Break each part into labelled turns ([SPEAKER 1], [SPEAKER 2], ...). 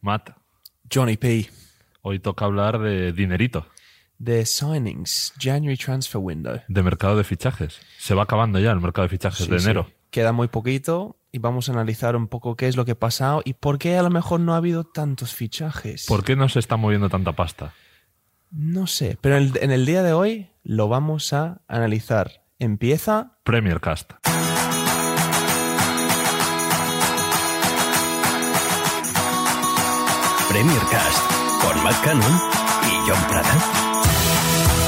[SPEAKER 1] Matt,
[SPEAKER 2] Johnny P.
[SPEAKER 1] hoy toca hablar de dinerito,
[SPEAKER 2] The signings, January transfer window.
[SPEAKER 1] de mercado de fichajes. Se va acabando ya el mercado de fichajes
[SPEAKER 2] Sí,
[SPEAKER 1] Pues de
[SPEAKER 2] sí.
[SPEAKER 1] enero.
[SPEAKER 2] Queda muy poquito y vamos a analizar un poco qué es lo que ha pasado y por qué a lo mejor no ha habido tantos fichajes.
[SPEAKER 1] ¿Por qué no se está moviendo tanta pasta?
[SPEAKER 2] No sé, pero en el, en el día de hoy lo vamos a analizar. Empieza.
[SPEAKER 1] Premier Cast.
[SPEAKER 3] Premier Cast con Matt Cannon y John Prada.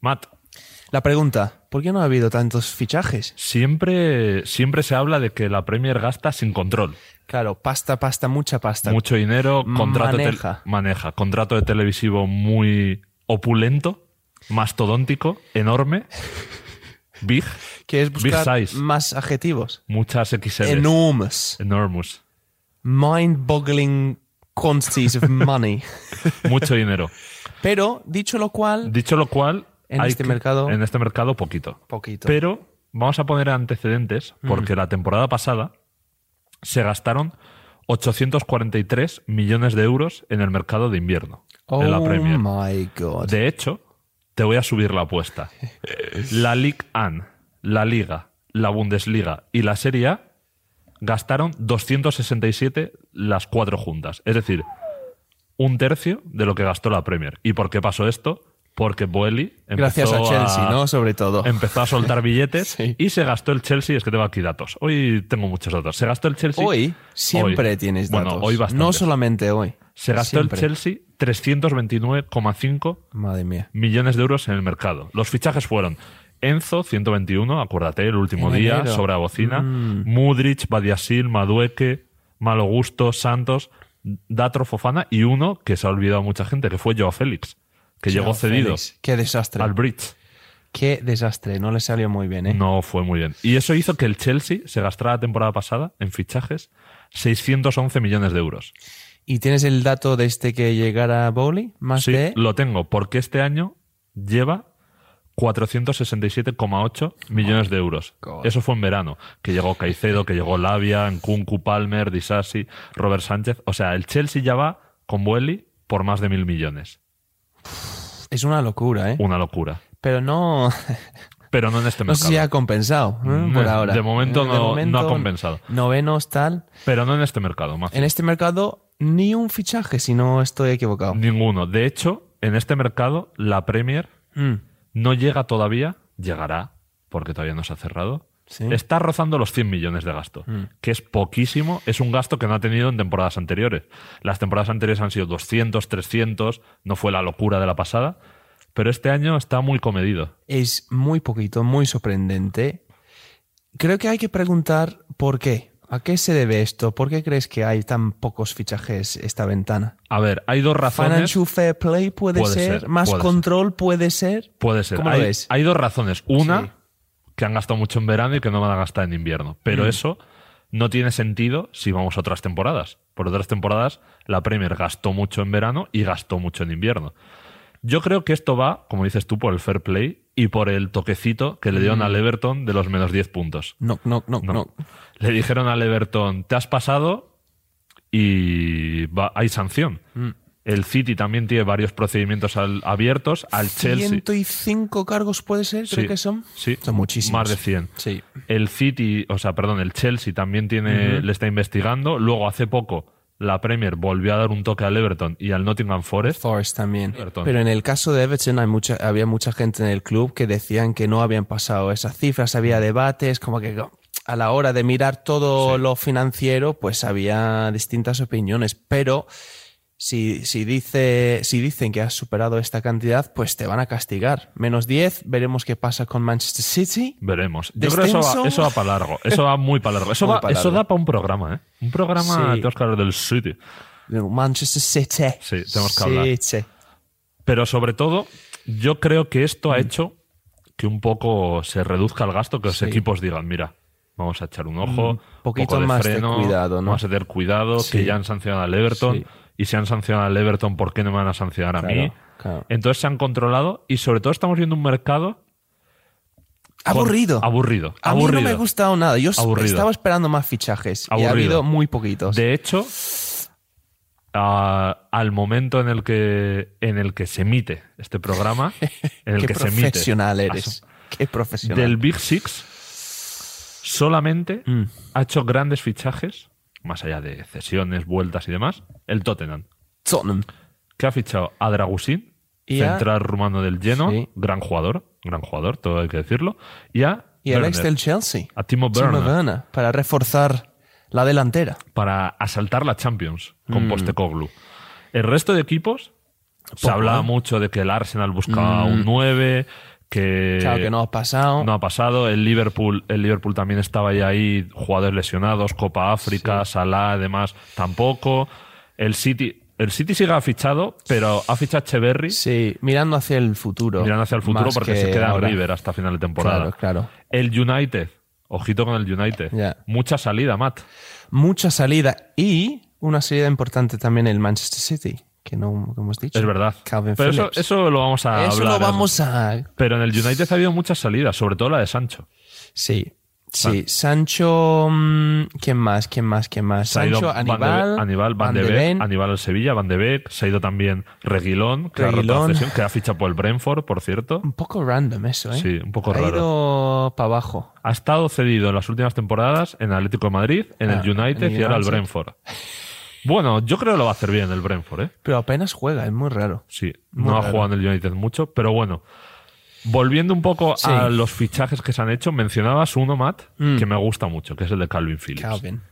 [SPEAKER 1] Matt,
[SPEAKER 2] La pregunta, ¿por qué no ha habido tantos fichajes?
[SPEAKER 1] siempre, siempre se habla de que la Premier gasta sin control.
[SPEAKER 2] Claro, pasta, pasta, mucha pasta.
[SPEAKER 1] Mucho dinero, contrato de tel-
[SPEAKER 2] Maneja.
[SPEAKER 1] maneja, contrato de televisivo muy opulento, mastodóntico, enorme, big,
[SPEAKER 2] que es
[SPEAKER 1] big
[SPEAKER 2] buscar
[SPEAKER 1] size.
[SPEAKER 2] más adjetivos.
[SPEAKER 1] muchas XL,
[SPEAKER 2] Enormous.
[SPEAKER 1] enormous,
[SPEAKER 2] Mind-boggling quantities of money.
[SPEAKER 1] mucho dinero.
[SPEAKER 2] Pero, dicho lo cual,
[SPEAKER 1] Dicho lo cual,
[SPEAKER 2] En
[SPEAKER 1] hay
[SPEAKER 2] este
[SPEAKER 1] que-
[SPEAKER 2] mercado-
[SPEAKER 1] en este mercado poquito.
[SPEAKER 2] poquito.
[SPEAKER 1] Pero vamos a poner antecedentes porque la temporada pasada se gastaron 843 millones de euros en el mercado de invierno
[SPEAKER 2] oh
[SPEAKER 1] en la Premier.
[SPEAKER 2] my god.
[SPEAKER 1] De hecho, te voy a subir la apuesta. La Ligue 1, la Liga, la Bundesliga y la Serie A gastaron 267 las cuatro juntas. Es decir, un tercio de lo que gastó la Premier. ¿Y por qué pasó esto? Porque Boeli empezó
[SPEAKER 2] Gracias a Chelsea,
[SPEAKER 1] a- Em-
[SPEAKER 2] ¿no? Sobre todo.
[SPEAKER 1] Empezó a soltar billetes
[SPEAKER 2] Sí.
[SPEAKER 1] y se gastó el Chelsea. Es que tengo aquí datos. Hoy tengo muchos datos. Se gastó el Chelsea.
[SPEAKER 2] Hoy siempre
[SPEAKER 1] Hoy.
[SPEAKER 2] tienes
[SPEAKER 1] Bueno,
[SPEAKER 2] datos.
[SPEAKER 1] hoy bastantes.
[SPEAKER 2] No solamente hoy.
[SPEAKER 1] Se gastó
[SPEAKER 2] Siempre.
[SPEAKER 1] el Chelsea 329,5
[SPEAKER 2] Madre mía.
[SPEAKER 1] millones de euros en el mercado. Los fichajes fueron Enzo, 121, acuérdate, el último
[SPEAKER 2] En
[SPEAKER 1] día,
[SPEAKER 2] enero. Mm.
[SPEAKER 1] sobre la bocina. Mudrich, Badiasil, Madueque, Malo Gusto, Santos, Datro, Fofana y uno que se ha olvidado mucha gente, que fue Joao Félix, que llegó
[SPEAKER 2] Joao
[SPEAKER 1] cedido
[SPEAKER 2] Félix, Qué desastre.
[SPEAKER 1] al Bridge.
[SPEAKER 2] Qué desastre. No le salió muy bien, ¿eh?
[SPEAKER 1] No fue muy bien. Y eso hizo que el Chelsea se gastara la temporada pasada en fichajes 611 millones de euros.
[SPEAKER 2] ¿Y tienes el dato desde que llegara Bowley? Más
[SPEAKER 1] Sí,
[SPEAKER 2] de.
[SPEAKER 1] lo tengo, porque este año lleva 467,8 millones de euros.
[SPEAKER 2] God.
[SPEAKER 1] Eso fue en verano, que llegó Caicedo, que llegó Labia, Nkunku, Palmer, Disasi, Robert Sánchez. O sea, el Chelsea ya va con Bueli por más de mil millones.
[SPEAKER 2] Es una locura, ¿eh?
[SPEAKER 1] Una locura.
[SPEAKER 2] Pero no.
[SPEAKER 1] Pero no en este
[SPEAKER 2] No sé
[SPEAKER 1] mercado.
[SPEAKER 2] si ha compensado ¿eh?
[SPEAKER 1] No,
[SPEAKER 2] por ahora.
[SPEAKER 1] de momento
[SPEAKER 2] Eh,
[SPEAKER 1] no- no ha compensado.
[SPEAKER 2] Novenos, tal.
[SPEAKER 1] Pero no en este mercado, más.
[SPEAKER 2] En este mercado, ni un fichaje, si no estoy equivocado.
[SPEAKER 1] Ninguno. De hecho, en este mercado, la Premier
[SPEAKER 2] Mm.
[SPEAKER 1] no llega todavía, llegará, porque todavía no se ha cerrado.
[SPEAKER 2] Sí. Mm.
[SPEAKER 1] Está rozando los 100 millones de gasto, que es poquísimo, es un gasto que no ha tenido en temporadas anteriores. Las temporadas anteriores han sido 200, 300, no fue la locura de la pasada, pero este año está muy comedido.
[SPEAKER 2] Es muy poquito, muy sorprendente. Creo que hay que preguntar por qué. ¿A qué se debe esto? ¿Por qué crees que hay tan pocos fichajes esta ventana?
[SPEAKER 1] A ver, hay dos razones.
[SPEAKER 2] Financial fair play puede,
[SPEAKER 1] Puede
[SPEAKER 2] ser,
[SPEAKER 1] ser,
[SPEAKER 2] más
[SPEAKER 1] puede
[SPEAKER 2] control puede ser.
[SPEAKER 1] Puede ser.
[SPEAKER 2] ¿Cómo lo
[SPEAKER 1] hay,
[SPEAKER 2] ves?
[SPEAKER 1] hay dos razones. Una,
[SPEAKER 2] Sí.
[SPEAKER 1] que han gastado mucho en verano y que no van a gastar en invierno. Pero
[SPEAKER 2] Mm.
[SPEAKER 1] eso no tiene sentido si vamos a otras temporadas. Por otras temporadas, la Premier gastó mucho en verano y gastó mucho en invierno. Yo creo que esto va, como dices tú, por el fair play y por el toquecito que le
[SPEAKER 2] Mm.
[SPEAKER 1] dieron al Everton de los menos 10 puntos.
[SPEAKER 2] No, no, no, no.
[SPEAKER 1] Le dijeron al Everton, te has pasado y va- hay sanción.
[SPEAKER 2] Mm.
[SPEAKER 1] El City también tiene varios procedimientos al- abiertos. Al Chelsea.
[SPEAKER 2] 105 cargos puede ser, creo
[SPEAKER 1] Sí,
[SPEAKER 2] que son.
[SPEAKER 1] sí.
[SPEAKER 2] Son muchísimos.
[SPEAKER 1] Más de 100.
[SPEAKER 2] Sí.
[SPEAKER 1] El City, o sea, perdón, el Chelsea también tiene, le está investigando. Luego, hace poco, la Premier volvió a dar un toque al Everton y al Nottingham Forest.
[SPEAKER 2] Forest también.
[SPEAKER 1] Everton.
[SPEAKER 2] Pero en el caso de Everton hay mucha, había mucha gente en el club que decían que no habían pasado esas cifras, había debates, como que a la hora de mirar todo lo financiero, pues había distintas opiniones. Pero si, si, dice, si dicen que has superado esta cantidad, pues te van a castigar. Menos 10, veremos qué pasa con Manchester City.
[SPEAKER 1] Veremos. Yo creo que eso
[SPEAKER 2] ¿Descenso?
[SPEAKER 1] va, eso va para largo. Eso va muy para largo. Eso,
[SPEAKER 2] Muy
[SPEAKER 1] va-
[SPEAKER 2] pa'
[SPEAKER 1] eso
[SPEAKER 2] largo.
[SPEAKER 1] da para un programa, ¿eh? Un programa
[SPEAKER 2] Sí.
[SPEAKER 1] tenemos que hablar del City.
[SPEAKER 2] Manchester City.
[SPEAKER 1] Sí, tenemos que hablar.
[SPEAKER 2] City.
[SPEAKER 1] Pero sobre todo, yo creo que esto
[SPEAKER 2] Mm.
[SPEAKER 1] ha hecho que un poco se reduzca el gasto, que los
[SPEAKER 2] Sí. Mm,
[SPEAKER 1] equipos digan, mira, vamos a echar un ojo, un
[SPEAKER 2] poquito
[SPEAKER 1] poco de
[SPEAKER 2] más de
[SPEAKER 1] freno,
[SPEAKER 2] cuidado, ¿no?
[SPEAKER 1] vamos a tener cuidado,
[SPEAKER 2] Sí.
[SPEAKER 1] que ya han sancionado al Everton,
[SPEAKER 2] Sí.
[SPEAKER 1] y si han sancionado al Everton, ¿por qué no me van a sancionar a
[SPEAKER 2] Claro,
[SPEAKER 1] mí?
[SPEAKER 2] claro.
[SPEAKER 1] Entonces se han controlado y sobre todo estamos viendo un mercado
[SPEAKER 2] Aburrido.
[SPEAKER 1] Por- aburrido.
[SPEAKER 2] A mí
[SPEAKER 1] aburrido.
[SPEAKER 2] no me ha gustado nada. Yo s-
[SPEAKER 1] Aburrido.
[SPEAKER 2] estaba esperando más fichajes y ha
[SPEAKER 1] Aburrido.
[SPEAKER 2] habido muy poquitos.
[SPEAKER 1] De hecho, a- al momento en el que en el que se emite este programa, en el
[SPEAKER 2] Qué
[SPEAKER 1] que se emite,
[SPEAKER 2] profesional
[SPEAKER 1] as-
[SPEAKER 2] eres. Qué profesional.
[SPEAKER 1] del Big Six, solamente
[SPEAKER 2] Mm.
[SPEAKER 1] ha hecho grandes fichajes, más allá de cesiones, vueltas y demás, el Tottenham,
[SPEAKER 2] Tottenham.
[SPEAKER 1] que ha fichado a Dragusin,
[SPEAKER 2] Y a-
[SPEAKER 1] central rumano del Lleno,
[SPEAKER 2] Sí.
[SPEAKER 1] gran jugador, gran jugador, todo hay que decirlo, y a,
[SPEAKER 2] Y el ex
[SPEAKER 1] Werner,
[SPEAKER 2] del Chelsea.
[SPEAKER 1] a Timo
[SPEAKER 2] Timo
[SPEAKER 1] Werner,
[SPEAKER 2] Werner, Para reforzar la delantera.
[SPEAKER 1] para asaltar la Champions con
[SPEAKER 2] Mm.
[SPEAKER 1] Postecoglou. El resto de equipos se
[SPEAKER 2] ¿eh?
[SPEAKER 1] hablaba mucho de que el Arsenal buscaba un 9, que,
[SPEAKER 2] Mm. claro que no ha pasado.
[SPEAKER 1] Eh, no ha pasado. El Liverpool, el Liverpool también estaba ya ahí, jugadores lesionados, Copa África, Salah, además, tampoco. El City, el City sigue ha fichado, pero ha fichado a Echeverry
[SPEAKER 2] Sí, mirando hacia el futuro.
[SPEAKER 1] mirando hacia el futuro
[SPEAKER 2] más
[SPEAKER 1] porque
[SPEAKER 2] que
[SPEAKER 1] se queda en
[SPEAKER 2] ahora.
[SPEAKER 1] River hasta final de temporada.
[SPEAKER 2] Claro, claro.
[SPEAKER 1] El United, ojito con el United.
[SPEAKER 2] Ya.
[SPEAKER 1] Mucha salida, Matt.
[SPEAKER 2] Mucha salida y una salida importante también el Manchester City, que no que hemos dicho.
[SPEAKER 1] Es verdad.
[SPEAKER 2] Calvin
[SPEAKER 1] pero eso,
[SPEAKER 2] Phillips.
[SPEAKER 1] eso lo vamos a
[SPEAKER 2] Eso
[SPEAKER 1] hablar.
[SPEAKER 2] lo
[SPEAKER 1] en-
[SPEAKER 2] vamos a
[SPEAKER 1] Pero en el United ha habido muchas salidas, sobre todo la de Sancho.
[SPEAKER 2] Sí.
[SPEAKER 1] Ah.
[SPEAKER 2] Sí, Sancho. mm, ¿Quién más? ¿Quién más? ¿Quién más?
[SPEAKER 1] Se ha ido
[SPEAKER 2] Sancho,
[SPEAKER 1] Van de Be-
[SPEAKER 2] Aníbal.
[SPEAKER 1] Aníbal, Van, de Beek,
[SPEAKER 2] Ven,
[SPEAKER 1] Aníbal al Sevilla, Van de Beek, se ha ido también Reguilón, que, ha roto la
[SPEAKER 2] Reguilón.
[SPEAKER 1] cesión, que ha fichado por el Brentford, por cierto.
[SPEAKER 2] Un poco random eso, ¿eh?
[SPEAKER 1] Sí, un poco
[SPEAKER 2] Ha
[SPEAKER 1] raro.
[SPEAKER 2] ido para abajo.
[SPEAKER 1] Ha estado cedido en las últimas temporadas en Atlético de Madrid, en
[SPEAKER 2] Ah,
[SPEAKER 1] el United
[SPEAKER 2] en el
[SPEAKER 1] y ahora el
[SPEAKER 2] United.
[SPEAKER 1] Brentford. Bueno, yo creo que lo va a hacer bien el Brentford, ¿eh?
[SPEAKER 2] Pero apenas juega, es muy raro.
[SPEAKER 1] Sí,
[SPEAKER 2] Muy
[SPEAKER 1] no ha
[SPEAKER 2] raro.
[SPEAKER 1] jugado en el United mucho, pero bueno. Volviendo un poco
[SPEAKER 2] Sí. Mm.
[SPEAKER 1] a los fichajes que se han hecho, mencionabas uno, Matt, que me gusta mucho, que es el de Calvin Phillips.
[SPEAKER 2] Calvin.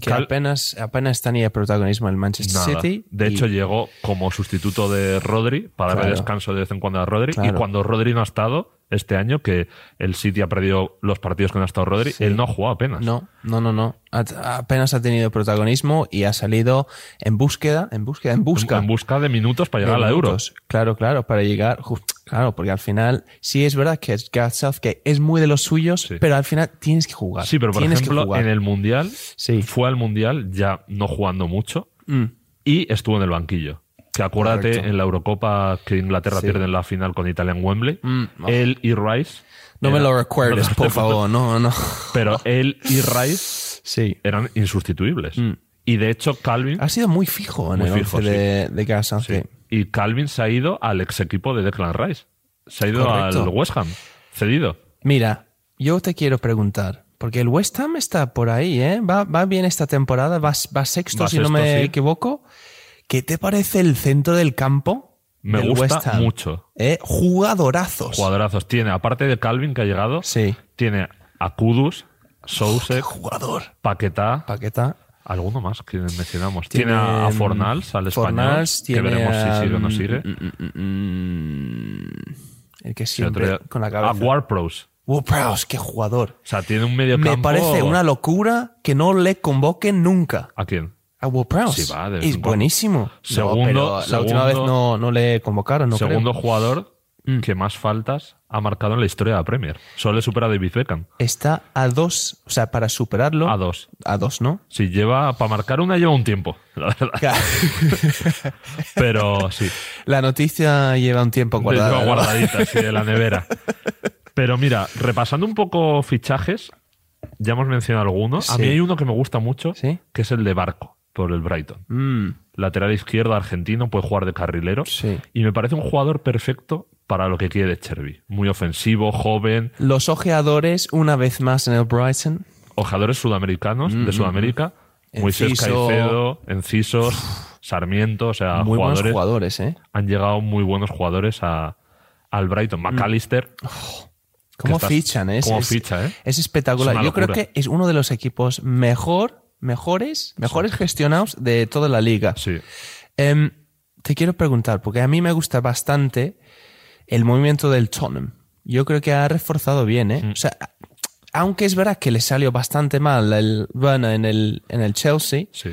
[SPEAKER 2] Que
[SPEAKER 1] Cal-
[SPEAKER 2] apenas, apenas tenía protagonismo el Manchester
[SPEAKER 1] Nada.
[SPEAKER 2] City.
[SPEAKER 1] De
[SPEAKER 2] y-
[SPEAKER 1] hecho, llegó como sustituto de Rodri para darle
[SPEAKER 2] Claro.
[SPEAKER 1] descanso de vez en cuando a Rodri.
[SPEAKER 2] Claro.
[SPEAKER 1] Y cuando Rodri no ha estado este año, que el City ha perdido los partidos que no ha estado Rodri, él no ha jugado apenas.
[SPEAKER 2] No, no, no, no. Ha- apenas ha tenido protagonismo y ha salido en búsqueda, en búsqueda, en busca.
[SPEAKER 1] En busca de minutos para llegar a la Euro.
[SPEAKER 2] minutos. Claro, claro, para llegar. ju- claro, porque al final sí es verdad que Gareth Southgate es muy de los suyos,
[SPEAKER 1] Sí.
[SPEAKER 2] pero al final tienes que jugar.
[SPEAKER 1] Sí, pero por
[SPEAKER 2] tienes que
[SPEAKER 1] ejemplo,
[SPEAKER 2] jugar.
[SPEAKER 1] en el Mundial,
[SPEAKER 2] Sí.
[SPEAKER 1] fue al Mundial ya no jugando mucho
[SPEAKER 2] Mm,
[SPEAKER 1] y estuvo en el banquillo. Que acuérdate
[SPEAKER 2] Correcto.
[SPEAKER 1] en la Eurocopa que Inglaterra
[SPEAKER 2] Sí.
[SPEAKER 1] pierde en la final con Italia en Wembley.
[SPEAKER 2] Mm, oh.
[SPEAKER 1] Él y Rice.
[SPEAKER 2] No me
[SPEAKER 1] eran-
[SPEAKER 2] lo recuerdes,
[SPEAKER 1] No,
[SPEAKER 2] por favor. No, no.
[SPEAKER 1] Pero él y Rice
[SPEAKER 2] Sí.
[SPEAKER 1] eran insustituibles.
[SPEAKER 2] Mm.
[SPEAKER 1] Y de hecho, Calvin.
[SPEAKER 2] Ha sido muy fijo en
[SPEAKER 1] Muy
[SPEAKER 2] el
[SPEAKER 1] fijo,
[SPEAKER 2] once de, de Gareth
[SPEAKER 1] sí.
[SPEAKER 2] Southgate.
[SPEAKER 1] Y Calvin se ha ido al ex equipo de Declan Rice. Se ha ido
[SPEAKER 2] Correcto.
[SPEAKER 1] al West Ham, cedido.
[SPEAKER 2] Mira, yo te quiero preguntar, porque el West Ham está por ahí, ¿eh? Va, va bien esta temporada, va, va sexto,
[SPEAKER 1] Va
[SPEAKER 2] si no
[SPEAKER 1] sexto,
[SPEAKER 2] me
[SPEAKER 1] sí.
[SPEAKER 2] equivoco. ¿Qué te parece el centro del campo?
[SPEAKER 1] Me
[SPEAKER 2] del
[SPEAKER 1] gusta
[SPEAKER 2] West Ham?
[SPEAKER 1] mucho.
[SPEAKER 2] ¿Eh? Jugadorazos.
[SPEAKER 1] Jugadorazos. Tiene, aparte de Calvin que ha llegado,
[SPEAKER 2] Sí.
[SPEAKER 1] tiene a Kudus, Sousek,
[SPEAKER 2] Jugador.
[SPEAKER 1] Paquetá,
[SPEAKER 2] Paqueta.
[SPEAKER 1] alguno más que mencionamos. Tiene, a a Fornals, al
[SPEAKER 2] Fornals,
[SPEAKER 1] español,
[SPEAKER 2] tiene
[SPEAKER 1] que veremos
[SPEAKER 2] a-
[SPEAKER 1] si sigue o no sigue.
[SPEAKER 2] mm, mm, mm, el que
[SPEAKER 1] El otro
[SPEAKER 2] siempre
[SPEAKER 1] día-
[SPEAKER 2] con la
[SPEAKER 1] a
[SPEAKER 2] cabeza.
[SPEAKER 1] Warpros.
[SPEAKER 2] Wopros, qué jugador.
[SPEAKER 1] O sea, tiene un medio
[SPEAKER 2] Me
[SPEAKER 1] campo-
[SPEAKER 2] parece una locura que no le convoquen nunca.
[SPEAKER 1] ¿A quién?
[SPEAKER 2] A Wopros.
[SPEAKER 1] Sí, va, de vez
[SPEAKER 2] es
[SPEAKER 1] en cuando.
[SPEAKER 2] buenísimo.
[SPEAKER 1] Segundo-
[SPEAKER 2] pero la última vez
[SPEAKER 1] segundo-
[SPEAKER 2] no, no le convocaron, no creo. Mm.
[SPEAKER 1] Segundo jugador que más faltas ha marcado en la historia de la Premier. Solo le supera a David Beckham.
[SPEAKER 2] Está a dos, o sea, para superarlo.
[SPEAKER 1] A dos.
[SPEAKER 2] A dos, ¿no?
[SPEAKER 1] Si lleva, para marcar una lleva un tiempo, la verdad. Pero sí,
[SPEAKER 2] la noticia lleva un tiempo guardada.
[SPEAKER 1] lleva
[SPEAKER 2] ¿no?
[SPEAKER 1] guardadita, así, de la nevera. Pero mira, repasando un poco fichajes, ya hemos mencionado algunos. A
[SPEAKER 2] Sí.
[SPEAKER 1] mí hay uno que me gusta mucho,
[SPEAKER 2] Sí.
[SPEAKER 1] que es el de Barco, por el Brighton.
[SPEAKER 2] Mm,
[SPEAKER 1] Lateral izquierdo argentino, puede jugar de carrilero.
[SPEAKER 2] Sí.
[SPEAKER 1] Y me parece un jugador perfecto para lo que quiere Cherby. Muy ofensivo, joven,
[SPEAKER 2] Los ojeadores, una vez más en el Brighton.
[SPEAKER 1] ojadores sudamericanos de Sudamérica, Moisés
[SPEAKER 2] Mm-hmm. Enciso.
[SPEAKER 1] Caicedo, Encisos, Sarmiento, o sea,
[SPEAKER 2] Muy buenos
[SPEAKER 1] Ah, jugadores,
[SPEAKER 2] jugadores, ¿eh?
[SPEAKER 1] han llegado muy buenos jugadores a, al Brighton. McAllister,
[SPEAKER 2] Mm. ¿Cómo
[SPEAKER 1] estás-
[SPEAKER 2] fichan, eh? Es-
[SPEAKER 1] cómo
[SPEAKER 2] es,
[SPEAKER 1] ficha, eh?
[SPEAKER 2] Es
[SPEAKER 1] Es
[SPEAKER 2] espectacular.
[SPEAKER 1] una
[SPEAKER 2] Yo creo
[SPEAKER 1] locura.
[SPEAKER 2] que es uno de los equipos mejor, mejores, mejores gestionados de toda la liga.
[SPEAKER 1] sí.
[SPEAKER 2] Em, te quiero preguntar, porque a mí me gusta bastante el movimiento del Tottenham. Yo creo que ha reforzado bien, ¿eh? O sea, aunque es verdad que le salió bastante mal el Werner en el, en el Chelsea,
[SPEAKER 1] sí.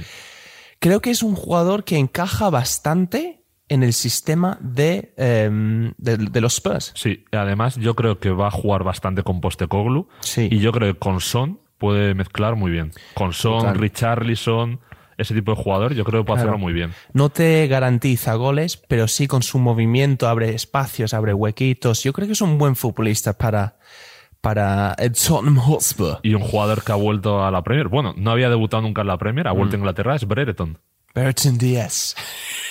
[SPEAKER 2] creo que es un jugador que encaja bastante en el sistema de, em, de, de los Spurs.
[SPEAKER 1] Sí, además yo creo que va a jugar bastante con Postecoglou
[SPEAKER 2] Sí.
[SPEAKER 1] y yo creo que con Son puede mezclar muy bien. Con Son,
[SPEAKER 2] Total.
[SPEAKER 1] Richarlison, ese tipo de jugador, yo creo que puede
[SPEAKER 2] Claro.
[SPEAKER 1] hacerlo muy bien.
[SPEAKER 2] No te garantiza goles, pero sí con su movimiento abre espacios, abre huequitos. Yo creo que es un buen futbolista para, para Edson Hotspur.
[SPEAKER 1] Y un jugador que ha vuelto a la Premier. Bueno, no había debutado nunca en la Premier, ha
[SPEAKER 2] Mm.
[SPEAKER 1] vuelto a Inglaterra, es Brereton.
[SPEAKER 2] Bertin Díaz.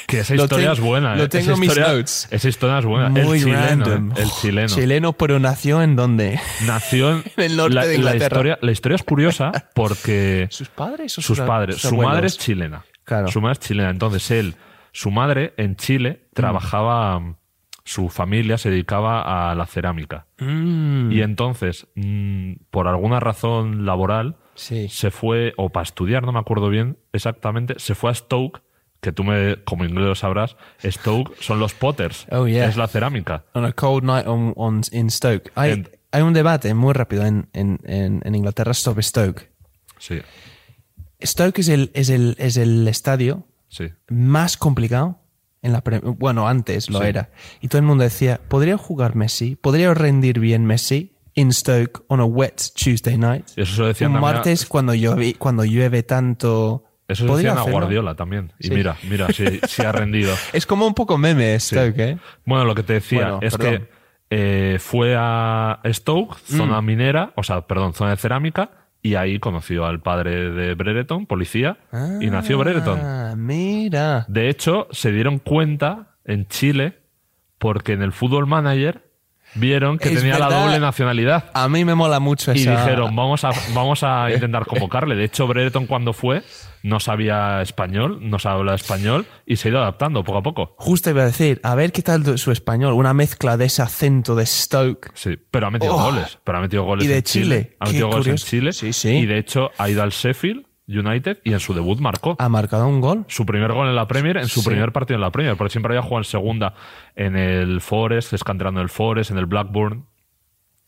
[SPEAKER 1] Que esa
[SPEAKER 2] Lo
[SPEAKER 1] historia
[SPEAKER 2] ten-
[SPEAKER 1] es buena.
[SPEAKER 2] lo
[SPEAKER 1] eh.
[SPEAKER 2] tengo
[SPEAKER 1] esa
[SPEAKER 2] en mis
[SPEAKER 1] historia,
[SPEAKER 2] notes.
[SPEAKER 1] Esa historia es buena.
[SPEAKER 2] Muy
[SPEAKER 1] el chileno.
[SPEAKER 2] random.
[SPEAKER 1] eh. El chileno.
[SPEAKER 2] Chileno, pero nació en donde.
[SPEAKER 1] Nació en
[SPEAKER 2] En el norte
[SPEAKER 1] la,
[SPEAKER 2] de
[SPEAKER 1] la
[SPEAKER 2] Inglaterra.
[SPEAKER 1] historia, la historia es curiosa porque
[SPEAKER 2] ¿Sus padres o
[SPEAKER 1] sus padres, su
[SPEAKER 2] abuelos?
[SPEAKER 1] madre es chilena.
[SPEAKER 2] Claro.
[SPEAKER 1] Su madre es chilena. Entonces él, su madre en Chile
[SPEAKER 2] Mm.
[SPEAKER 1] trabajaba, su familia se dedicaba a la cerámica.
[SPEAKER 2] Mm,
[SPEAKER 1] Y entonces, mm, por alguna razón laboral,
[SPEAKER 2] sí.
[SPEAKER 1] se fue, o para estudiar, no me acuerdo bien exactamente, se fue a Stoke, que tú me, como inglés lo sabrás, Stoke son los potters,
[SPEAKER 2] Oh, yeah.
[SPEAKER 1] es la cerámica.
[SPEAKER 2] On a cold night on, on- in Stoke. Hay,
[SPEAKER 1] En-
[SPEAKER 2] hay un debate muy rápido en, en- en- en Inglaterra sobre Stoke.
[SPEAKER 1] Sí,
[SPEAKER 2] Stoke es el, es el, es el estadio
[SPEAKER 1] sí.
[SPEAKER 2] más complicado en la pre- bueno antes lo
[SPEAKER 1] Sí.
[SPEAKER 2] era y todo el mundo decía podría jugar Messi podría rendir bien Messi in Stoke on a wet Tuesday night
[SPEAKER 1] Y Eso se lo decían
[SPEAKER 2] un
[SPEAKER 1] también a-
[SPEAKER 2] martes cuando llueve cuando llueve tanto
[SPEAKER 1] Eso se lo
[SPEAKER 2] podría
[SPEAKER 1] decían a
[SPEAKER 2] hacerlo.
[SPEAKER 1] Guardiola también. Y
[SPEAKER 2] Sí.
[SPEAKER 1] mira, mira, si ha rendido.
[SPEAKER 2] es como un poco meme Stoke ¿eh?
[SPEAKER 1] Bueno, lo que te decía
[SPEAKER 2] Bueno,
[SPEAKER 1] es
[SPEAKER 2] perdón. Mm.
[SPEAKER 1] que eh, fue a Stoke, zona minera, o sea, perdón, zona de cerámica, y ahí conoció al padre de Brereton, policía, y nació Brereton.
[SPEAKER 2] Ah, mira
[SPEAKER 1] De hecho, se dieron cuenta en Chile porque en el Fútbol Manager vieron que
[SPEAKER 2] Es
[SPEAKER 1] tenía la
[SPEAKER 2] verdad. Pues
[SPEAKER 1] doble nacionalidad.
[SPEAKER 2] a mí me mola mucho
[SPEAKER 1] Y
[SPEAKER 2] esa
[SPEAKER 1] dijeron, vamos a, vamos a intentar convocarle. De hecho, Brereton cuando fue no sabía español, no sabía español y se ha ido adaptando poco a poco.
[SPEAKER 2] justo iba a decir a ver qué tal su español una mezcla de ese acento de Stoke
[SPEAKER 1] Sí, pero ha metido
[SPEAKER 2] Oh.
[SPEAKER 1] goles. Pero ha metido goles
[SPEAKER 2] Y de
[SPEAKER 1] en Chile.
[SPEAKER 2] Chile.
[SPEAKER 1] Ha
[SPEAKER 2] Qué
[SPEAKER 1] metido goles en
[SPEAKER 2] curioso.
[SPEAKER 1] Chile.
[SPEAKER 2] Sí, sí.
[SPEAKER 1] Y de hecho ha ido al Sheffield United y en su debut marcó.
[SPEAKER 2] ha marcado un gol
[SPEAKER 1] Su primer gol en la Premier, en su primer partido en la Premier, porque siempre había jugado en segunda en el Forest, escanterando en el Forest, en el Blackburn.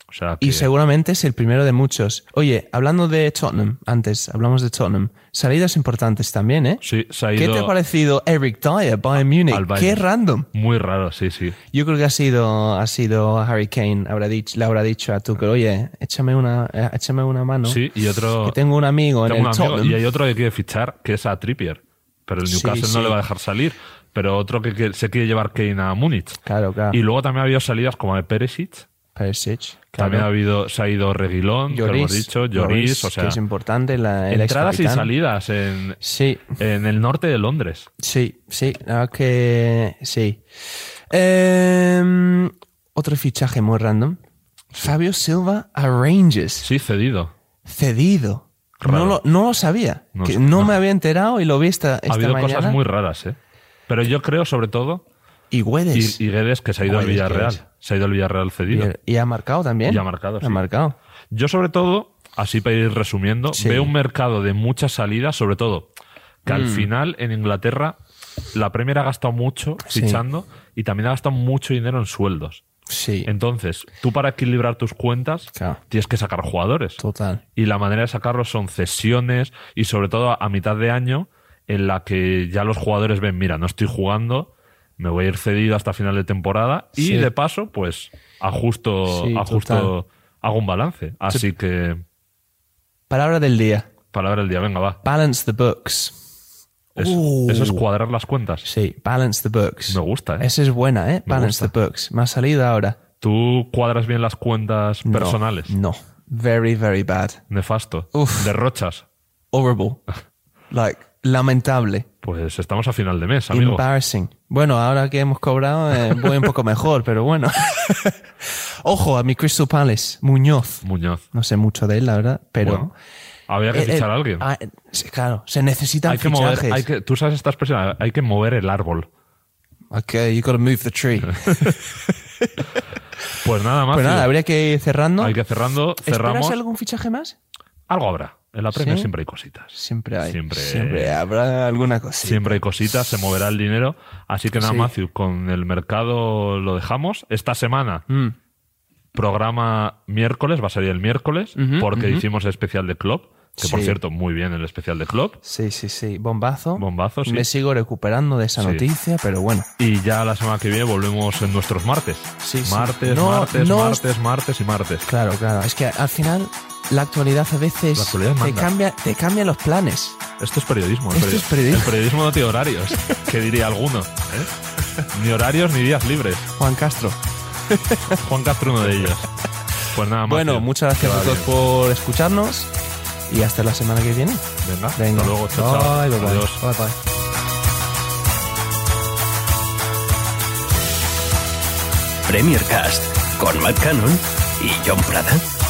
[SPEAKER 1] O sea, que-
[SPEAKER 2] Y seguramente es el primero de muchos. Oye, hablando de Tottenham, antes hablamos de Tottenham, salidas importantes también, ¿eh?
[SPEAKER 1] sí, se ha
[SPEAKER 2] ¿Qué
[SPEAKER 1] ido
[SPEAKER 2] te ha parecido Eric Dyer, Bayern Munich?
[SPEAKER 1] al Bayern.
[SPEAKER 2] Qué random.
[SPEAKER 1] muy raro, sí, sí.
[SPEAKER 2] Yo creo que ha sido, ha sido Harry Kane, habrá dicho, le habrá dicho a Tuchel, oye, échame una, eh, échame una mano.
[SPEAKER 1] Sí, y otro.
[SPEAKER 2] Que tengo un amigo en
[SPEAKER 1] tengo un
[SPEAKER 2] el
[SPEAKER 1] amigo,
[SPEAKER 2] Tottenham.
[SPEAKER 1] y hay otro que quiere fichar, que es a Trippier. Pero el
[SPEAKER 2] Sí,
[SPEAKER 1] Newcastle no
[SPEAKER 2] sí.
[SPEAKER 1] le va a dejar salir. Pero otro que, que se quiere llevar Kane a Múnich.
[SPEAKER 2] Claro, claro.
[SPEAKER 1] Y luego también ha habido salidas como de Perisic,
[SPEAKER 2] Perisic, claro.
[SPEAKER 1] También ha habido, se ha ido Reguilón, que hemos dicho, Lloris, o sea,
[SPEAKER 2] que es importante, la, el
[SPEAKER 1] entradas y
[SPEAKER 2] excapitán.
[SPEAKER 1] salidas en,
[SPEAKER 2] Sí,
[SPEAKER 1] en el norte de Londres.
[SPEAKER 2] Sí, sí, la verdad que sí. Em, otro fichaje muy random. Fabio Silva a Rangers,
[SPEAKER 1] Sí, cedido.
[SPEAKER 2] cedido.
[SPEAKER 1] Raro.
[SPEAKER 2] No lo, no lo sabía.
[SPEAKER 1] No
[SPEAKER 2] que
[SPEAKER 1] sé,
[SPEAKER 2] no, me había enterado y lo vi
[SPEAKER 1] ha
[SPEAKER 2] esta, esta
[SPEAKER 1] habido
[SPEAKER 2] mañana.
[SPEAKER 1] cosas muy raras, ¿eh? Pero yo creo, sobre todo,
[SPEAKER 2] Y
[SPEAKER 1] y,
[SPEAKER 2] Guedes.
[SPEAKER 1] y Guedes, que se ha ido al
[SPEAKER 2] Guedes,
[SPEAKER 1] Villarreal.
[SPEAKER 2] Guedes.
[SPEAKER 1] Se ha ido al Villarreal cedido.
[SPEAKER 2] Y- y ha marcado también.
[SPEAKER 1] Y ha marcado, sí.
[SPEAKER 2] Ha marcado.
[SPEAKER 1] Yo, sobre todo, así para ir resumiendo,
[SPEAKER 2] Sí. Mm.
[SPEAKER 1] veo un mercado de muchas salidas, sobre todo, que al final en Inglaterra la Premier ha gastado mucho
[SPEAKER 2] Sí.
[SPEAKER 1] fichando y también ha gastado mucho dinero en sueldos.
[SPEAKER 2] Sí,
[SPEAKER 1] Entonces, tú para equilibrar tus cuentas
[SPEAKER 2] Claro.
[SPEAKER 1] tienes que sacar jugadores.
[SPEAKER 2] total.
[SPEAKER 1] Y la manera de sacarlos son cesiones y sobre todo a mitad de año en la que ya los jugadores ven, mira, no estoy jugando, me voy a ir cedido hasta final de temporada y
[SPEAKER 2] Sí.
[SPEAKER 1] de paso, pues ajusto,
[SPEAKER 2] Sí,
[SPEAKER 1] ajusto, hago un balance. Así que,
[SPEAKER 2] Palabra del día.
[SPEAKER 1] palabra del día, venga, va.
[SPEAKER 2] Balance the books.
[SPEAKER 1] Es-
[SPEAKER 2] Uh.
[SPEAKER 1] Eso es cuadrar las cuentas.
[SPEAKER 2] Sí, balance the books.
[SPEAKER 1] Me gusta, ¿eh?
[SPEAKER 2] Esa es buena, ¿eh?
[SPEAKER 1] Me
[SPEAKER 2] Balance the books. Me ha salido ahora.
[SPEAKER 1] ¿Tú cuadras bien las cuentas
[SPEAKER 2] No,
[SPEAKER 1] personales?
[SPEAKER 2] no. Very, very bad.
[SPEAKER 1] Nefasto.
[SPEAKER 2] Uf.
[SPEAKER 1] Derrochas.
[SPEAKER 2] horrible. Like, lamentable.
[SPEAKER 1] Pues estamos a final de mes, amigo.
[SPEAKER 2] Embarrassing. Bueno, ahora que hemos cobrado, eh, voy un poco mejor, pero bueno. Ojo a mi Crystal Palace, Muñoz.
[SPEAKER 1] Muñoz.
[SPEAKER 2] No sé mucho de él, la verdad, pero.
[SPEAKER 1] Bueno, había que
[SPEAKER 2] Eh, eh,
[SPEAKER 1] fichar a alguien.
[SPEAKER 2] ah, eh, sí, claro, se necesitan
[SPEAKER 1] hay que
[SPEAKER 2] fichajes.
[SPEAKER 1] mover, hay que, tú sabes esta expresión, hay que mover el árbol.
[SPEAKER 2] Ok, you gotta move the tree.
[SPEAKER 1] Pues nada más.
[SPEAKER 2] pues nada,
[SPEAKER 1] tío.
[SPEAKER 2] habría que ir cerrando.
[SPEAKER 1] hay que cerrando, cerramos.
[SPEAKER 2] ¿Esperas algún fichaje más?
[SPEAKER 1] Algo habrá. En la Premier
[SPEAKER 2] ¿Sí?
[SPEAKER 1] siempre hay cositas.
[SPEAKER 2] Siempre hay.
[SPEAKER 1] Siempre,
[SPEAKER 2] Siempre habrá alguna cosita.
[SPEAKER 1] siempre hay cositas, se moverá el dinero. Así que nada,
[SPEAKER 2] Sí.
[SPEAKER 1] Matthew, con el mercado lo dejamos. Esta semana,
[SPEAKER 2] Mm,
[SPEAKER 1] programa miércoles, va a salir el miércoles,
[SPEAKER 2] Ujú,
[SPEAKER 1] porque hicimos el especial de Club. Que por
[SPEAKER 2] Sí.
[SPEAKER 1] cierto, muy bien el especial de Club.
[SPEAKER 2] Sí, sí, sí. Bombazo.
[SPEAKER 1] Bombazo, sí.
[SPEAKER 2] Me sigo recuperando de esa
[SPEAKER 1] Sí.
[SPEAKER 2] noticia, pero bueno.
[SPEAKER 1] Y ya la semana que viene volvemos en nuestros martes.
[SPEAKER 2] Sí, sí.
[SPEAKER 1] Martes,
[SPEAKER 2] No,
[SPEAKER 1] martes,
[SPEAKER 2] no-
[SPEAKER 1] martes, martes y martes.
[SPEAKER 2] Claro, claro. Es que al final la actualidad a veces
[SPEAKER 1] La actualidad
[SPEAKER 2] te,
[SPEAKER 1] manda.
[SPEAKER 2] cambia, te cambia los planes.
[SPEAKER 1] Esto es periodismo. El,
[SPEAKER 2] Esto
[SPEAKER 1] peri-
[SPEAKER 2] es periodismo.
[SPEAKER 1] el periodismo no tiene horarios, que diría alguno. ¿eh? Ni horarios ni días libres.
[SPEAKER 2] Juan Castro.
[SPEAKER 1] Juan Castro, uno de ellos. Pues nada más.
[SPEAKER 2] Bueno,
[SPEAKER 1] tío.
[SPEAKER 2] muchas
[SPEAKER 1] Que
[SPEAKER 2] gracias a
[SPEAKER 1] va
[SPEAKER 2] todos
[SPEAKER 1] bien.
[SPEAKER 2] por escucharnos y hasta la semana que viene.
[SPEAKER 1] Venga,
[SPEAKER 2] Venga.
[SPEAKER 1] hasta luego. Chao, chao.
[SPEAKER 2] Bye, bye, bye.
[SPEAKER 1] Adiós.
[SPEAKER 2] Bye, bye.
[SPEAKER 3] Premier Cast con Matt Cannon y John Prada.